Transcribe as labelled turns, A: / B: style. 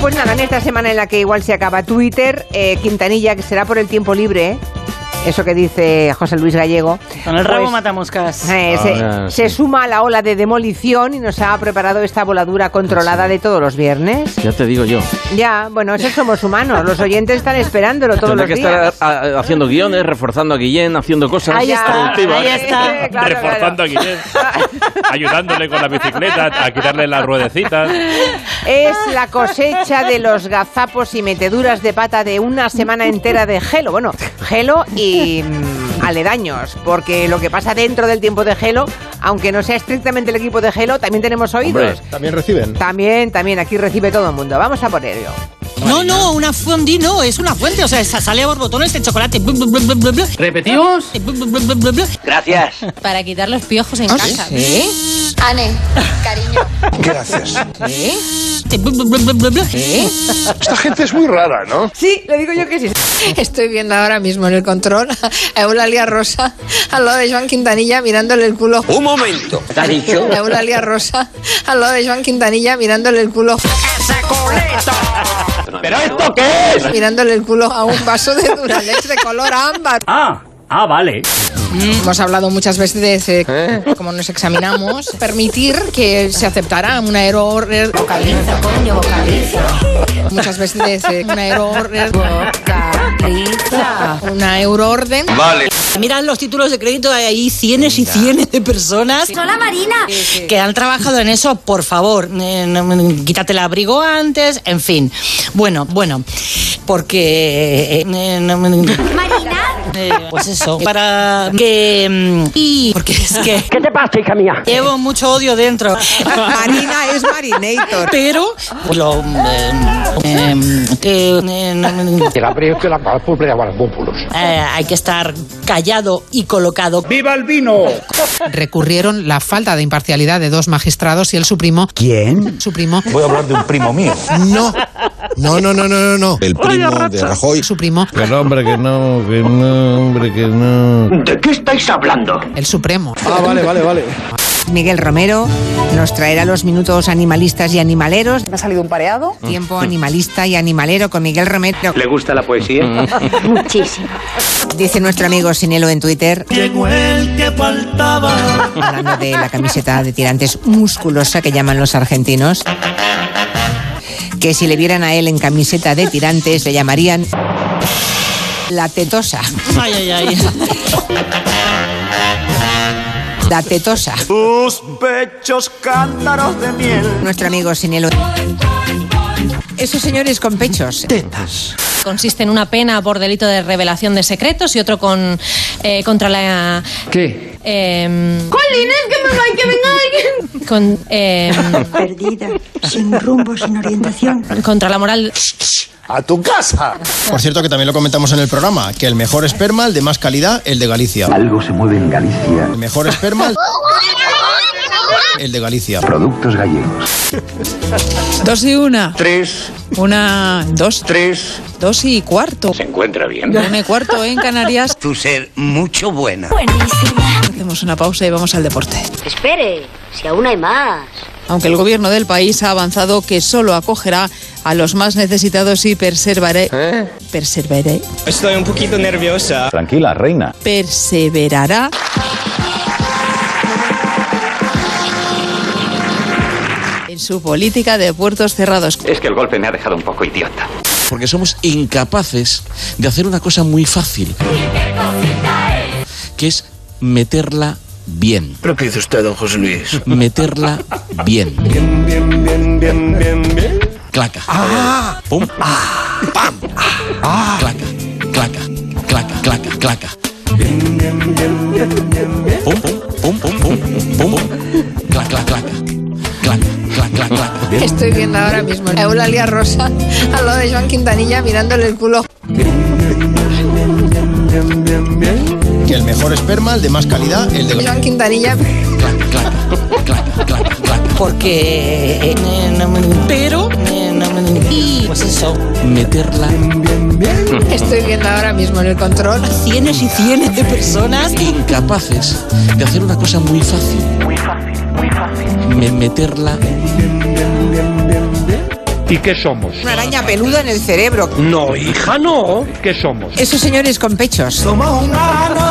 A: Pues nada, en esta semana en la que igual se acaba Twitter, eh, Quintanilla, que será por el tiempo libre, ¿eh? eso que dice José Luis Gallego.
B: Con el
A: pues,
B: rabo matamoscas.
A: eh, se,
C: Ah,
A: se
C: sí.
A: suma a la ola de demolición y nos ha preparado esta voladura
C: Ah,
A: controlada de todos los viernes.
C: Ya te digo yo.
A: Ya, bueno, eso somos humanos. Los oyentes están esperándolo todos
C: Tendrá
A: los
C: que
A: días.
C: estar a- a- haciendo guiones, reforzando a Guillén, haciendo cosas.
B: Ahí está,
C: productivas.
B: ahí está.
A: Eh, claro,
D: reforzando a Guillén, ayudándole con la bicicleta, a quitarle las ruedecitas.
A: Es la cosecha de los gazapos y meteduras de pata de una semana entera de gelo. Bueno, gelo y mm, aledaños, porque lo que pasa dentro del tiempo de gelo, aunque no sea estrictamente el equipo de gelo, también tenemos oídos.
C: Hombre.
E: También reciben.
A: También, también, aquí recibe todo el mundo. Vamos a por ello.
F: No, no, una fuente no, es una fuente. O sea, sa- sale a borbotones de chocolate. Blu, blu, blu, blu, blu, blu.
B: ¿Repetimos?
F: Blu, blu, blu, blu, blu.
G: Para quitar los piojos en casa.
H: Ane, cariño.
F: Blu, blu, blu, blu, blu, blu.
E: Esta gente es muy rara, ¿no?
A: Sí, le digo yo que sí.
H: Estoy viendo ahora mismo en el control a Eulalia Rosa al lado de Joan Quintanilla mirándole el culo.
I: Un momento. ¿Te ha dicho?
H: Eulalia Rosa al lado de Joan Quintanilla mirándole el culo,
I: ¿Pero esto qué es?
H: mirándole el culo a un vaso de Duralex de color ámbar.
D: Ah, ah, vale.
H: Mm. Hemos hablado muchas veces de eh, cómo nos examinamos, permitir que se aceptara un error.
G: Vocaliza, coño, vocaliza.
H: Muchas veces de un error.
G: Vocaliza.
H: Una euroorden.
I: Vale.
F: Mira los títulos de crédito, hay ahí cienes y cienes de personas
G: Hola Marina.
F: que han trabajado en eso. Por favor, eh, no, no, quítate el abrigo antes, en fin. Bueno, bueno, porque... eh, eh, no, no, no.
G: Marina.
F: Eh, pues eso, para que... mm, Y... Porque es que... ¿Qué te pasa, hija mía? Llevo mucho odio dentro.
A: Marina es Marinator.
F: Pero pues lo em, em, que, em, eh, hay que estar callado y colocado.
D: ¡Viva el vino!
J: recurrieron la falta de imparcialidad de dos magistrados y el su primo. ¿Quién? Su primo.
I: Voy a hablar de un primo mío.
J: No. No, no, no, no, no, no.
E: El primo de Rajoy.
J: Su primo.
C: Que no, hombre, que no, que no, hombre, que no.
I: ¿De qué estáis hablando?
J: El supremo.
E: Ah, vale, vale, vale.
A: Miguel Romero nos traerá los minutos animalistas y animaleros.
J: ¿Ha salido un pareado?
A: Tiempo animalista y animalero con Miguel Romero.
I: ¿Le gusta la poesía?
A: Dice nuestro amigo Sinelo en Twitter. Hablando de la camiseta de tirantes musculosa que llaman los argentinos. Que si le vieran a él en camiseta de tirantes le llamarían la tetosa.
F: Ay, ay, ay.
A: La tetosa.
I: Tus pechos cántaros de miel.
A: Nuestro amigo Sinelo. Esos señores con pechos.
G: Consiste en una pena por delito de revelación de secretos y otro con eh, contra la. ¿Qué? Colin, es que me va, que venga alguien. Con. em,
K: Perdida, sin rumbo, sin orientación.
G: contra la moral.
E: ¡A tu casa!
J: Por cierto, que también lo comentamos en el programa, que el mejor esperma, el de más calidad, el de Galicia.
I: Algo se mueve en Galicia.
J: El mejor esperma, el de Galicia.
I: Productos gallegos.
K: Dos y una.
I: Tres,
K: Una, Ah, dos,
I: tres.
K: dos y cuarto.
I: ¿Se encuentra bien?
K: Una y cuarto en Canarias.
I: Tu ser mucho buena.
K: Hacemos una pausa y vamos al deporte.
G: Espere, si aún hay más.
K: Aunque el gobierno del país ha avanzado que solo acogerá a los más necesitados y perseveraré.
I: ¿Eh?
K: Perseveraré.
I: Estoy un poquito nerviosa. Tranquila, reina.
K: Perseverará. En su política de puertos cerrados.
I: Es que el golpe me ha dejado un poco idiota.
C: Porque somos incapaces de hacer una cosa muy fácil. Que es meterla bien.
I: ¿Pero qué dice usted, don José Luis?
C: Meterla bien. Bien, bien, bien, bien, bien, Claca.
J: Ah.
C: Pum. Pam. Claca. Claca. Claca, claca, claca. Pum, pum, pum, pum, pum, pum, pum. Claca, claca, claca. Claca, claca, claca.
H: Estoy viendo ahora mismo a Eulalia Rosa al lado de Joan Quintanilla mirándole el culo.
J: Que el mejor esperma, el de más calidad, el de Galicia.
H: Joan Quintanilla
C: Claca, claca, claca, claca, claca.
F: Porque... eh, no, no, pero... eh, no, no, y pues eso,
C: Meterla
H: estoy viendo ahora mismo en el control.
F: cienes y cienes de personas.
C: incapaces de hacer una cosa muy fácil. Me- meterla
B: ¿Y qué somos?
A: Una araña peluda en el cerebro.
B: No, hija, no. ¿Qué somos?
A: Esos señores con pechos.
I: Somos humanos.